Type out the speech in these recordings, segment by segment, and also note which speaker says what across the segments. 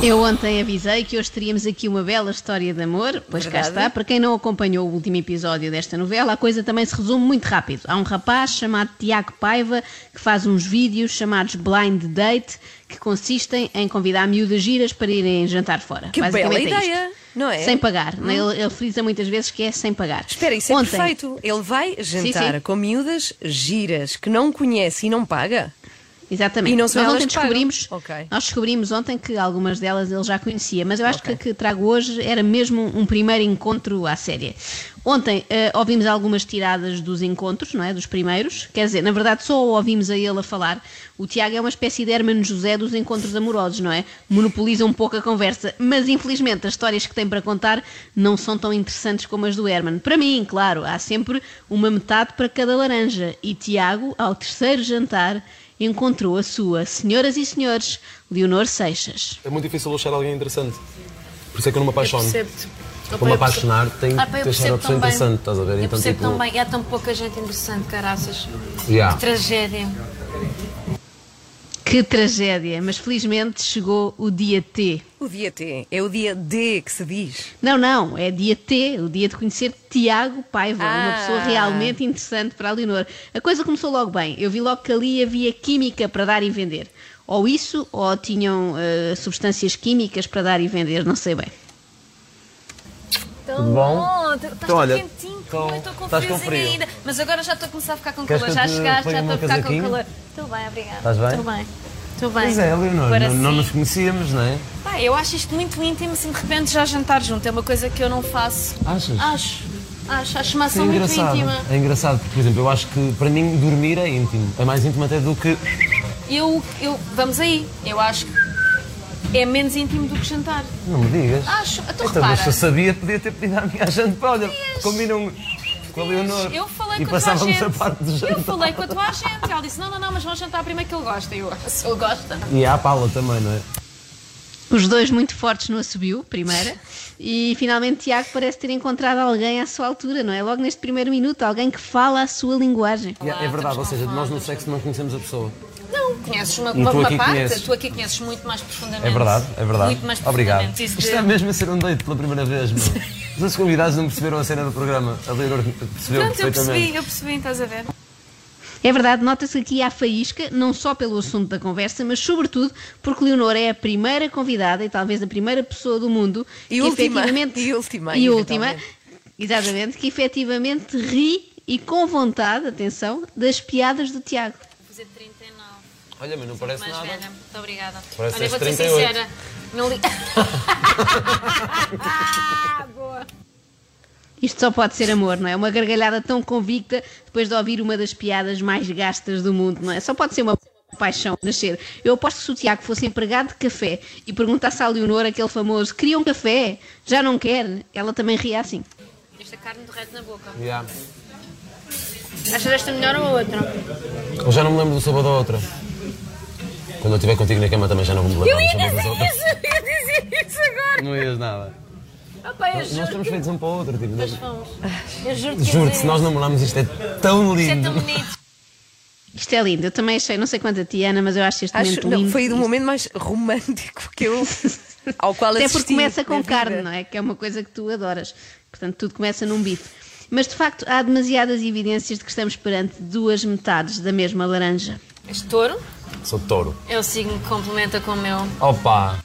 Speaker 1: Eu ontem avisei que hoje teríamos aqui uma bela história de amor, pois cá está. Para quem não acompanhou o último episódio desta novela, a coisa também se resume muito rápido. Há um rapaz chamado Tiago Paiva que faz uns vídeos chamados Blind Date, que consistem em convidar miúdas giras para irem jantar fora.
Speaker 2: Que
Speaker 1: Basicamente
Speaker 2: bela
Speaker 1: é isto.
Speaker 2: ideia, não é?
Speaker 1: Sem pagar. né? Ele, ele frisa muitas vezes que é sem pagar.
Speaker 2: Espera, isso é
Speaker 1: Ontem,
Speaker 2: perfeito. Ele vai jantar
Speaker 1: sim.
Speaker 2: com miúdas giras que não conhece e não paga.
Speaker 1: Exatamente.
Speaker 2: E não são
Speaker 1: nós
Speaker 2: elas
Speaker 1: ontem
Speaker 2: que pagam.
Speaker 1: descobrimos,
Speaker 2: Ok.
Speaker 1: nós descobrimos ontem que algumas delas ele já conhecia, mas eu acho que
Speaker 2: Ok.
Speaker 1: a que trago hoje era mesmo um primeiro encontro à séria. Ontem eh, ouvimos algumas tiradas dos encontros, não é? Dos primeiros. Quer dizer, na verdade só o ouvimos a ele a falar. O Tiago é uma espécie de Hermano José dos encontros amorosos, não é? Monopoliza um pouco a conversa, mas infelizmente as histórias que tem para contar não são tão interessantes como as do Herman. Para mim, claro, há sempre uma metade para cada laranja. E Tiago, ao terceiro jantar, encontrou a sua, senhoras e senhores, Leonor Seixas.
Speaker 3: É muito difícil eu achar alguém interessante. Por isso é que eu não me apaixono.
Speaker 4: Percebo-te.
Speaker 3: Para me apaixonar, tem
Speaker 4: Ah,
Speaker 3: que
Speaker 4: pá, eu
Speaker 3: ter achar
Speaker 4: percebo
Speaker 3: a pessoa
Speaker 4: tão bem.
Speaker 3: interessante, estás a ver?
Speaker 4: Eu
Speaker 3: então,
Speaker 4: percebo
Speaker 3: tipo.
Speaker 4: tão bem, e há tão pouca gente interessante, caraças.
Speaker 3: Yeah.
Speaker 4: Que tragédia.
Speaker 1: Que tragédia, mas felizmente chegou o dia T.
Speaker 2: O dia T é o dia D que se diz.
Speaker 1: Não, não, é dia T, o dia de conhecer Tiago Paiva, uma
Speaker 2: Ah.
Speaker 1: pessoa realmente interessante para a Leonor. A coisa começou logo bem, eu vi logo que ali havia química para dar e vender. Ou isso, ou tinham eh, substâncias químicas para dar e vender, não sei bem.
Speaker 4: Tão
Speaker 3: Tudo bom?
Speaker 4: Estás
Speaker 3: Então,
Speaker 4: tão
Speaker 3: olha,
Speaker 4: quentinho,
Speaker 3: então,
Speaker 4: eu estou com
Speaker 3: estás com
Speaker 4: friozinho
Speaker 3: frio.
Speaker 4: ainda. Mas agora já estou a começar a ficar com
Speaker 3: Queres
Speaker 4: calor.
Speaker 3: que eu
Speaker 4: Já
Speaker 3: te
Speaker 4: chegaste,
Speaker 3: ponha
Speaker 4: já estou
Speaker 3: uma
Speaker 4: a ficar
Speaker 3: casaquinho?
Speaker 4: com calor. Estou bem, obrigada.
Speaker 3: Estás bem?
Speaker 4: Estou bem. Estou bem.
Speaker 3: Pois é, Leonor,
Speaker 4: Agora
Speaker 3: não, não
Speaker 4: sim.
Speaker 3: nos conhecíamos, não é?
Speaker 4: Pá, eu acho isto muito íntimo, assim, de repente já jantar junto. É uma coisa que eu não faço.
Speaker 3: Achas?
Speaker 4: Acho. Acho. Acho uma
Speaker 3: Isso
Speaker 4: ação
Speaker 3: é
Speaker 4: Ah, muito
Speaker 3: engraçado.
Speaker 4: íntima.
Speaker 3: É engraçado, porque, por exemplo, eu acho que para mim dormir é íntimo. É mais íntimo até do que.
Speaker 4: Eu, eu, vamos aí. Eu acho que é menos íntimo do que jantar.
Speaker 3: Não me digas.
Speaker 4: Acho. Então,
Speaker 3: Então, mas se
Speaker 4: repara.
Speaker 3: eu sabia, podia ter pedido à minha gente para, olha, combina um. com a Leonor.
Speaker 4: Eu falei
Speaker 3: e
Speaker 4: com a tua
Speaker 3: passávamos
Speaker 4: agente.
Speaker 3: a parte do
Speaker 4: eu
Speaker 3: jantar.
Speaker 4: falei com a tua agente. Ela disse: não, não, não, mas vamos jantar primeiro que ele gosta. E eu, "Ah, se ele gosta.
Speaker 3: E há a Paula também, não é?
Speaker 4: Ah,
Speaker 1: Os dois muito fortes no assobio, primeira, e finalmente Tiago parece ter encontrado alguém à sua altura, não é? Logo neste primeiro minuto, alguém que fala a sua linguagem.
Speaker 3: E é verdade, ou seja, nós no sexo não conhecemos a pessoa.
Speaker 4: Não, conheces uma,
Speaker 3: E
Speaker 4: uma,
Speaker 3: tu
Speaker 4: uma
Speaker 3: aqui
Speaker 4: parte,
Speaker 3: conheces.
Speaker 4: tu aqui conheces muito mais profundamente.
Speaker 3: É verdade, é verdade.
Speaker 4: Muito mais
Speaker 3: Obrigado.
Speaker 4: profundamente. Isso
Speaker 3: Isto é
Speaker 4: de-
Speaker 3: mesmo a ser um date pela primeira vez, meu. Os outros convidados não perceberam a cena do programa. A Leonor percebeu
Speaker 4: Pronto, eu
Speaker 3: perfeitamente.
Speaker 4: percebi, eu percebi, estás a ver?
Speaker 1: É verdade, nota-se que aqui há faísca, não só pelo assunto da conversa, mas sobretudo porque Leonor é a primeira convidada e talvez a primeira pessoa do mundo
Speaker 2: E
Speaker 1: que
Speaker 2: última.
Speaker 1: efetivamente
Speaker 2: E última,
Speaker 1: e última
Speaker 2: eventualmente.
Speaker 1: exatamente, que efetivamente ri e com vontade, atenção, das piadas do Tiago.
Speaker 4: Vou fazer 39,
Speaker 3: Olha, mas não parece
Speaker 4: mais
Speaker 3: nada.
Speaker 4: velha. Muito obrigada.
Speaker 3: Parece
Speaker 4: Olha, eu vou-te
Speaker 3: és
Speaker 4: ser
Speaker 3: 38.
Speaker 4: sincera. Não li...
Speaker 1: Isto só pode ser amor, não é? Uma gargalhada tão convicta depois de ouvir uma das piadas mais gastas do mundo, não é? Só pode ser uma paixão a nascer. Eu aposto que se o Tiago fosse empregado de café e perguntasse à Leonor aquele famoso queria um café? Já não quer? Ela também ria assim.
Speaker 4: Esta carne derrete na boca.
Speaker 3: Yeah.
Speaker 4: Achas esta melhor ou a outra?
Speaker 3: Eu já não me lembro do sábado da outra. Quando eu estiver contigo na cama também já não me lembro.
Speaker 4: Eu ia
Speaker 3: do
Speaker 4: dizer
Speaker 3: sábado da outra.
Speaker 4: isso, eu ia dizer isso agora.
Speaker 3: Não ias nada.
Speaker 4: Ah, pá, eu
Speaker 3: Nós
Speaker 4: juro.
Speaker 3: estamos feitos um para o outro. Tipo,
Speaker 4: Mas vamos. Eu juro que ia
Speaker 3: Juro-te,
Speaker 4: dizer
Speaker 3: se nós namorarmos isto é tão
Speaker 4: isso. Isto é
Speaker 3: lindo.
Speaker 4: tão bonito.
Speaker 1: Isto é lindo. Eu também achei, não sei quanto a Tiana, mas eu acho este
Speaker 2: Acho,
Speaker 1: momento
Speaker 2: não,
Speaker 1: lindo.
Speaker 2: foi o
Speaker 1: Isto-
Speaker 2: momento mais romântico que eu. ao qual
Speaker 1: Até
Speaker 2: assisti.
Speaker 1: porque começa com
Speaker 2: na vida.
Speaker 1: carne, não é? Que é uma coisa que tu adoras. Portanto, tudo começa num bife. Mas de facto, há demasiadas evidências de que estamos perante duas metades da mesma laranja.
Speaker 4: Este touro
Speaker 3: Sou touro.
Speaker 4: é o signo que complementa com o meu.
Speaker 3: Opa!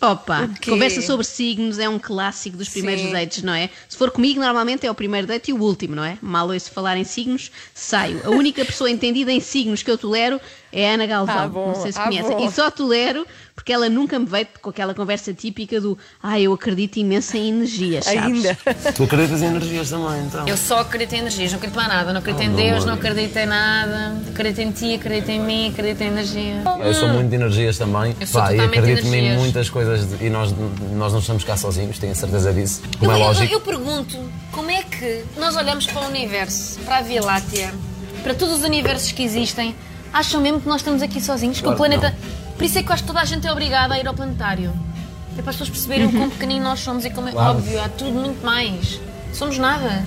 Speaker 1: Opa,
Speaker 2: O quê?
Speaker 1: conversa sobre signos é um clássico dos primeiros
Speaker 2: Sim.
Speaker 1: dates, não é? Se for comigo, normalmente é o primeiro date e o último, não é? Mal ouço falar em signos, saio. A única pessoa entendida em signos que eu tolero é a Ana Galvão.
Speaker 2: Ah, bom,
Speaker 1: não sei se
Speaker 2: ah,
Speaker 1: conhece.
Speaker 2: bom.
Speaker 1: E só tolero porque ela nunca me veio com aquela conversa típica do ah, eu acredito imenso em energias, sabes?
Speaker 2: Ainda.
Speaker 3: Tu acreditas em energias também, então?
Speaker 4: Eu só acredito em energias, não acredito mais nada. Não
Speaker 3: Ah,
Speaker 4: acredito em Deus, não acredito em nada. Acredito em ti, acredito em mim, acredito em energia.
Speaker 3: Eu sou muito de energias também.
Speaker 4: Eu sou
Speaker 3: e
Speaker 4: totalmente
Speaker 3: acredito-me em
Speaker 4: energias.
Speaker 3: muitas coisas. de- e nós, nós não estamos cá sozinhos, tenho a certeza disso. Como
Speaker 4: eu,
Speaker 3: é
Speaker 4: eu-
Speaker 3: lógico.
Speaker 4: eu pergunto como é que nós olhamos para o universo, para a Via Láctea, para todos os universos que existem, acham mesmo que nós estamos aqui sozinhos, que o
Speaker 3: Claro que
Speaker 4: planeta. Por isso é que eu acho que toda a gente é obrigada a ir ao planetário. É para as pessoas perceberem o quão pequenino nós somos e como é
Speaker 3: Uhum. Claro.
Speaker 4: óbvio, há tudo muito mais. Somos nada.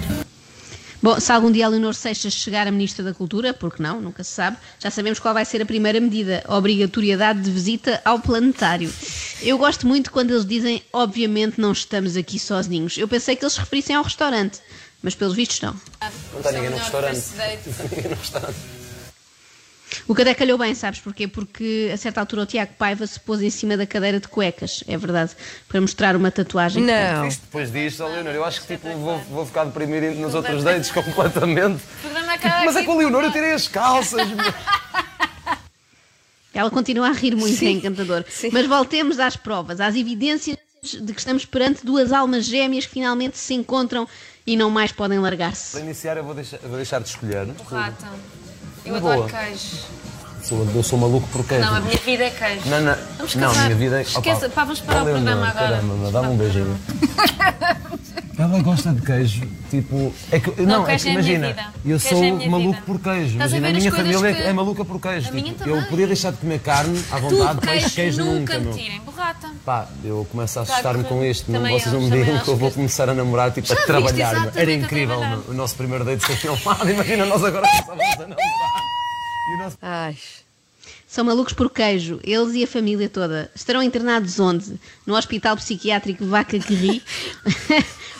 Speaker 1: Bom, se algum dia Leonor Seixas chegar a Ministra da Cultura, porque não, nunca se sabe, já sabemos qual vai ser a primeira medida, a obrigatoriedade de visita ao planetário. Eu gosto muito quando eles dizem, obviamente não estamos aqui sozinhos. Eu pensei que eles se referissem ao restaurante, mas pelos vistos não.
Speaker 3: Não está ninguém no restaurante.
Speaker 4: date.
Speaker 3: Não está ninguém no restaurante.
Speaker 1: O que até calhou bem, sabes porquê? Porque a certa altura o Tiago Paiva se pôs em cima da cadeira de cuecas, é verdade, para mostrar uma tatuagem. que tem.
Speaker 2: Não.
Speaker 3: Depois disto, ó Leonor, eu acho que tipo, vou, vou ficar deprimido nos outros dates completamente.
Speaker 4: Programa cá
Speaker 3: Mas é
Speaker 4: aqui.
Speaker 3: com a Leonor eu tirei as calças. meu.
Speaker 1: Ela continua a rir muito, é encantador.
Speaker 2: sim.
Speaker 1: Mas voltemos às provas, às evidências de que estamos perante duas almas gêmeas que finalmente se encontram e não mais podem largar-se.
Speaker 3: Para iniciar, eu vou deixar, vou deixar de escolher.
Speaker 4: Rata. Eu
Speaker 3: Na
Speaker 4: adoro
Speaker 3: boa.
Speaker 4: queijo.
Speaker 3: Sou, eu sou maluco por queijo.
Speaker 4: Não, a minha vida é queijo.
Speaker 3: Não, não,
Speaker 4: Vamos
Speaker 3: não,
Speaker 4: casar.
Speaker 3: minha vida é.
Speaker 4: Esqueça,
Speaker 3: Opa,
Speaker 4: pá, vamos parar o
Speaker 3: valeu,
Speaker 4: programa
Speaker 3: não,
Speaker 4: agora.
Speaker 3: Caramba, meu, dá-me um
Speaker 4: Vamos
Speaker 3: beijo.
Speaker 4: parar o
Speaker 3: Ela gosta de queijo, tipo. É que, não, é
Speaker 4: queijo
Speaker 3: que
Speaker 4: é a minha
Speaker 3: imagina,
Speaker 4: vida.
Speaker 3: eu
Speaker 4: Queijo
Speaker 3: sou
Speaker 4: é a minha
Speaker 3: maluco
Speaker 4: vida.
Speaker 3: por queijo.
Speaker 4: Estás a
Speaker 3: Imagina,
Speaker 4: ver
Speaker 3: a
Speaker 4: as
Speaker 3: minha
Speaker 4: coisas
Speaker 3: família
Speaker 4: que-
Speaker 3: é maluca por queijo.
Speaker 4: A minha
Speaker 3: tipo, eu
Speaker 4: também.
Speaker 3: podia deixar de comer carne à vontade,
Speaker 4: Tudo
Speaker 3: peixe, queijo nunca.
Speaker 4: me
Speaker 3: meu.
Speaker 4: tirem. Borrata.
Speaker 3: Pá, eu começo a assustar-me
Speaker 4: Claro,
Speaker 3: com isto, não
Speaker 4: também
Speaker 3: vocês não
Speaker 4: eu,
Speaker 3: me
Speaker 4: também
Speaker 3: digam
Speaker 4: acho
Speaker 3: que eu vou
Speaker 4: que- é
Speaker 3: começar a namorar, tipo,
Speaker 4: Já
Speaker 3: a
Speaker 4: viste,
Speaker 3: trabalhar. meu.
Speaker 4: exatamente,
Speaker 3: Era
Speaker 4: a
Speaker 3: incrível,
Speaker 4: trabalhar.
Speaker 3: meu. o nosso primeiro date foi filmado, imagina nós agora começamos a namorar. E o nosso
Speaker 2: Ai.
Speaker 1: São malucos por queijo, eles e a família toda. Estarão internados onde? No Hospital Psiquiátrico Vaca que ri?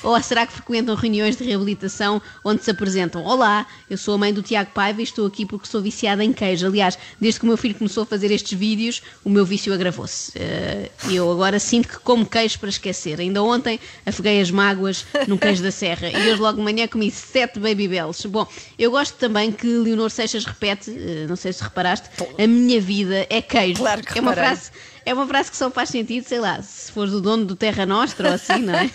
Speaker 1: Ou será que frequentam reuniões de reabilitação onde se apresentam? Olá, eu sou a mãe do Tiago Paiva e estou aqui porque sou viciada em queijo. Aliás, desde que o meu filho começou a fazer estes vídeos, o meu vício agravou-se. Eh, eu agora sinto que como queijo para esquecer. Ainda ontem afoguei as mágoas num queijo da serra e hoje logo de manhã comi sete Baby Bells. Bom, eu gosto também que Leonor Seixas repete, eh, não sei se reparaste, a minha vida é queijo.
Speaker 2: Claro que
Speaker 1: é uma
Speaker 2: reparei.
Speaker 1: frase é uma frase que só faz sentido, sei lá, se fores o dono do Terra Nostra ou assim, não é?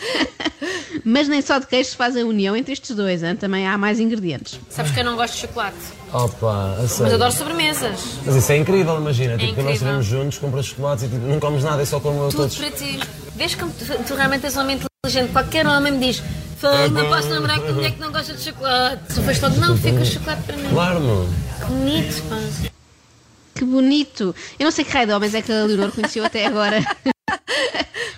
Speaker 1: Mas nem só de queijo se faz a união entre estes dois, hein? também há mais ingredientes.
Speaker 4: Sabes que eu não gosto de chocolate,
Speaker 3: Opa, a sério.
Speaker 4: mas adoro sobremesas.
Speaker 3: Mas isso é incrível, imagina. tipo, quando nós
Speaker 4: incrível.
Speaker 3: estivemos juntos, compras chocolates e tipo, não comes nada, é só como eu
Speaker 4: Tudo
Speaker 3: todos.
Speaker 4: para ti. Vês como tu, tu realmente és um homem inteligente. Qualquer homem me diz: Fala, não posso namorar com uma mulher que não gosta de chocolate. Tu foste logo, não, fica o chocolate para mim.
Speaker 3: Claro, meu.
Speaker 4: Que bonito, pá.
Speaker 1: Que bonito! Eu não sei que raio de homens é que a Leonor conheceu até agora.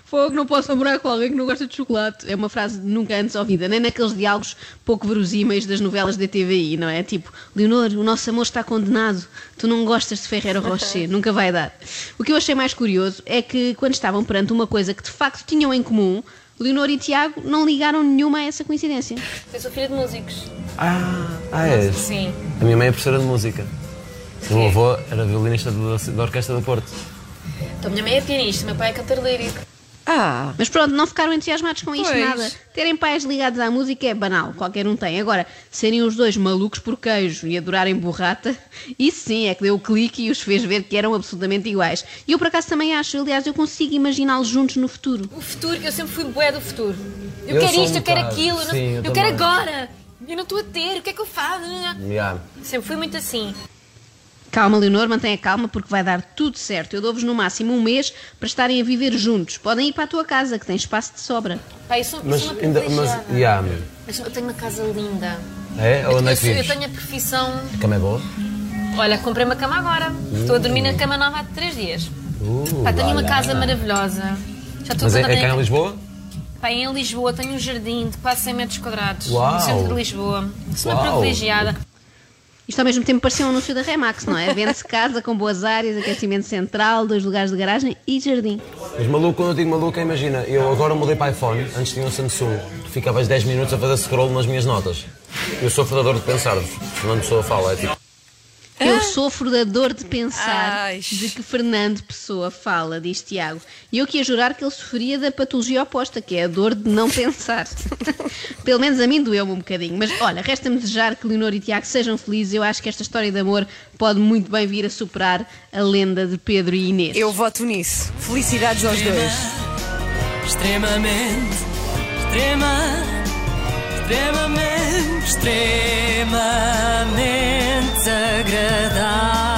Speaker 1: Fogo, não posso namorar com alguém que não gosta de chocolate. É uma frase nunca antes ouvida, nem naqueles diálogos pouco verosímeis das novelas da TVI, não é? Tipo, Leonor, o nosso amor está condenado, tu não gostas de Ferreira Rocher, nunca vai dar. O que eu achei mais curioso é que, quando estavam perante uma coisa que de facto tinham em comum, Leonor e Tiago não ligaram nenhuma a essa coincidência.
Speaker 4: Eu sou filha de músicos.
Speaker 3: Ah, ah é?
Speaker 4: Sim.
Speaker 3: A minha mãe é professora de música. O meu avô era violinista do- da Orquestra do Porto.
Speaker 4: Então, minha mãe é pianista, meu pai é cantor lírico.
Speaker 2: Ah.
Speaker 1: Mas pronto, não ficaram entusiasmados com isto
Speaker 2: Pois.
Speaker 1: nada. Terem pais ligados à música é banal, qualquer um tem. Agora, serem os dois malucos por queijo e adorarem borrata, isso sim é que deu o clique e os fez ver que eram absolutamente iguais. E eu por acaso também acho, aliás, eu consigo imaginá-los juntos no futuro.
Speaker 4: O futuro, que eu sempre fui bué do futuro. Eu,
Speaker 3: Eu
Speaker 4: quero
Speaker 3: sou
Speaker 4: isto,
Speaker 3: um
Speaker 4: eu quero
Speaker 3: bocado.
Speaker 4: aquilo, eu, não-
Speaker 3: Sim, eu
Speaker 4: eu quero
Speaker 3: também.
Speaker 4: agora. Eu não estou a ter, o que é que eu faço?
Speaker 3: Yeah.
Speaker 4: Sempre fui muito assim.
Speaker 1: Calma, Leonor, mantenha calma porque vai dar tudo certo. Eu dou-vos no máximo um mês para estarem a viver juntos. Podem ir para a tua casa, que tem espaço de sobra.
Speaker 4: Pá, eu sou, eu
Speaker 3: Mas
Speaker 4: sou é uma
Speaker 3: ainda. Mas,
Speaker 4: privilegiada.
Speaker 3: yeah, meu.
Speaker 4: Mas eu tenho uma casa linda.
Speaker 3: É? Ou
Speaker 4: Eu,
Speaker 3: onde é que
Speaker 4: sou- eu
Speaker 3: vives?
Speaker 4: tenho a profissão.
Speaker 3: A cama é boa?
Speaker 4: Olha, comprei uma cama agora. Estou a dormir na cama nova há três dias.
Speaker 3: Uh,
Speaker 4: Pá, tenho uma
Speaker 3: olha.
Speaker 4: casa maravilhosa. Já estou
Speaker 3: Mas é,
Speaker 4: toda
Speaker 3: é
Speaker 4: bem.
Speaker 3: cá em Lisboa?
Speaker 4: Pá, em Lisboa tenho um jardim de quase 100 metros quadrados.
Speaker 3: Uau.
Speaker 4: No centro de Lisboa. Sou uma
Speaker 3: Uau.
Speaker 4: privilegiada.
Speaker 1: Isto ao mesmo tempo parecia um anúncio da Remax, não é? Vende-se casa com boas áreas, aquecimento central, dois lugares de garagem e jardim.
Speaker 3: Mas maluco, quando eu digo maluco, é, imagina, eu agora mudei para iPhone, antes tinha um Samsung, tu ficavas 10 minutos a fazer scroll nas minhas notas. Eu sou fundador de pensar-vos, quando a pessoa fala, é tipo,
Speaker 1: Eu sofro da dor de pensar
Speaker 2: Ah. Ai.
Speaker 1: de que Fernando Pessoa fala, diz Tiago. E eu que ia jurar que ele sofria da patologia oposta, que é a dor de não pensar. Pelo menos a mim doeu-me um bocadinho. Mas olha, resta-me desejar que Leonor e Tiago sejam felizes. Eu acho que esta história de amor pode muito bem vir a superar a lenda de Pedro e Inês.
Speaker 2: Eu voto nisso. Felicidades aos dois.
Speaker 5: extremamente, extrema, extremamente, extremamente agradável.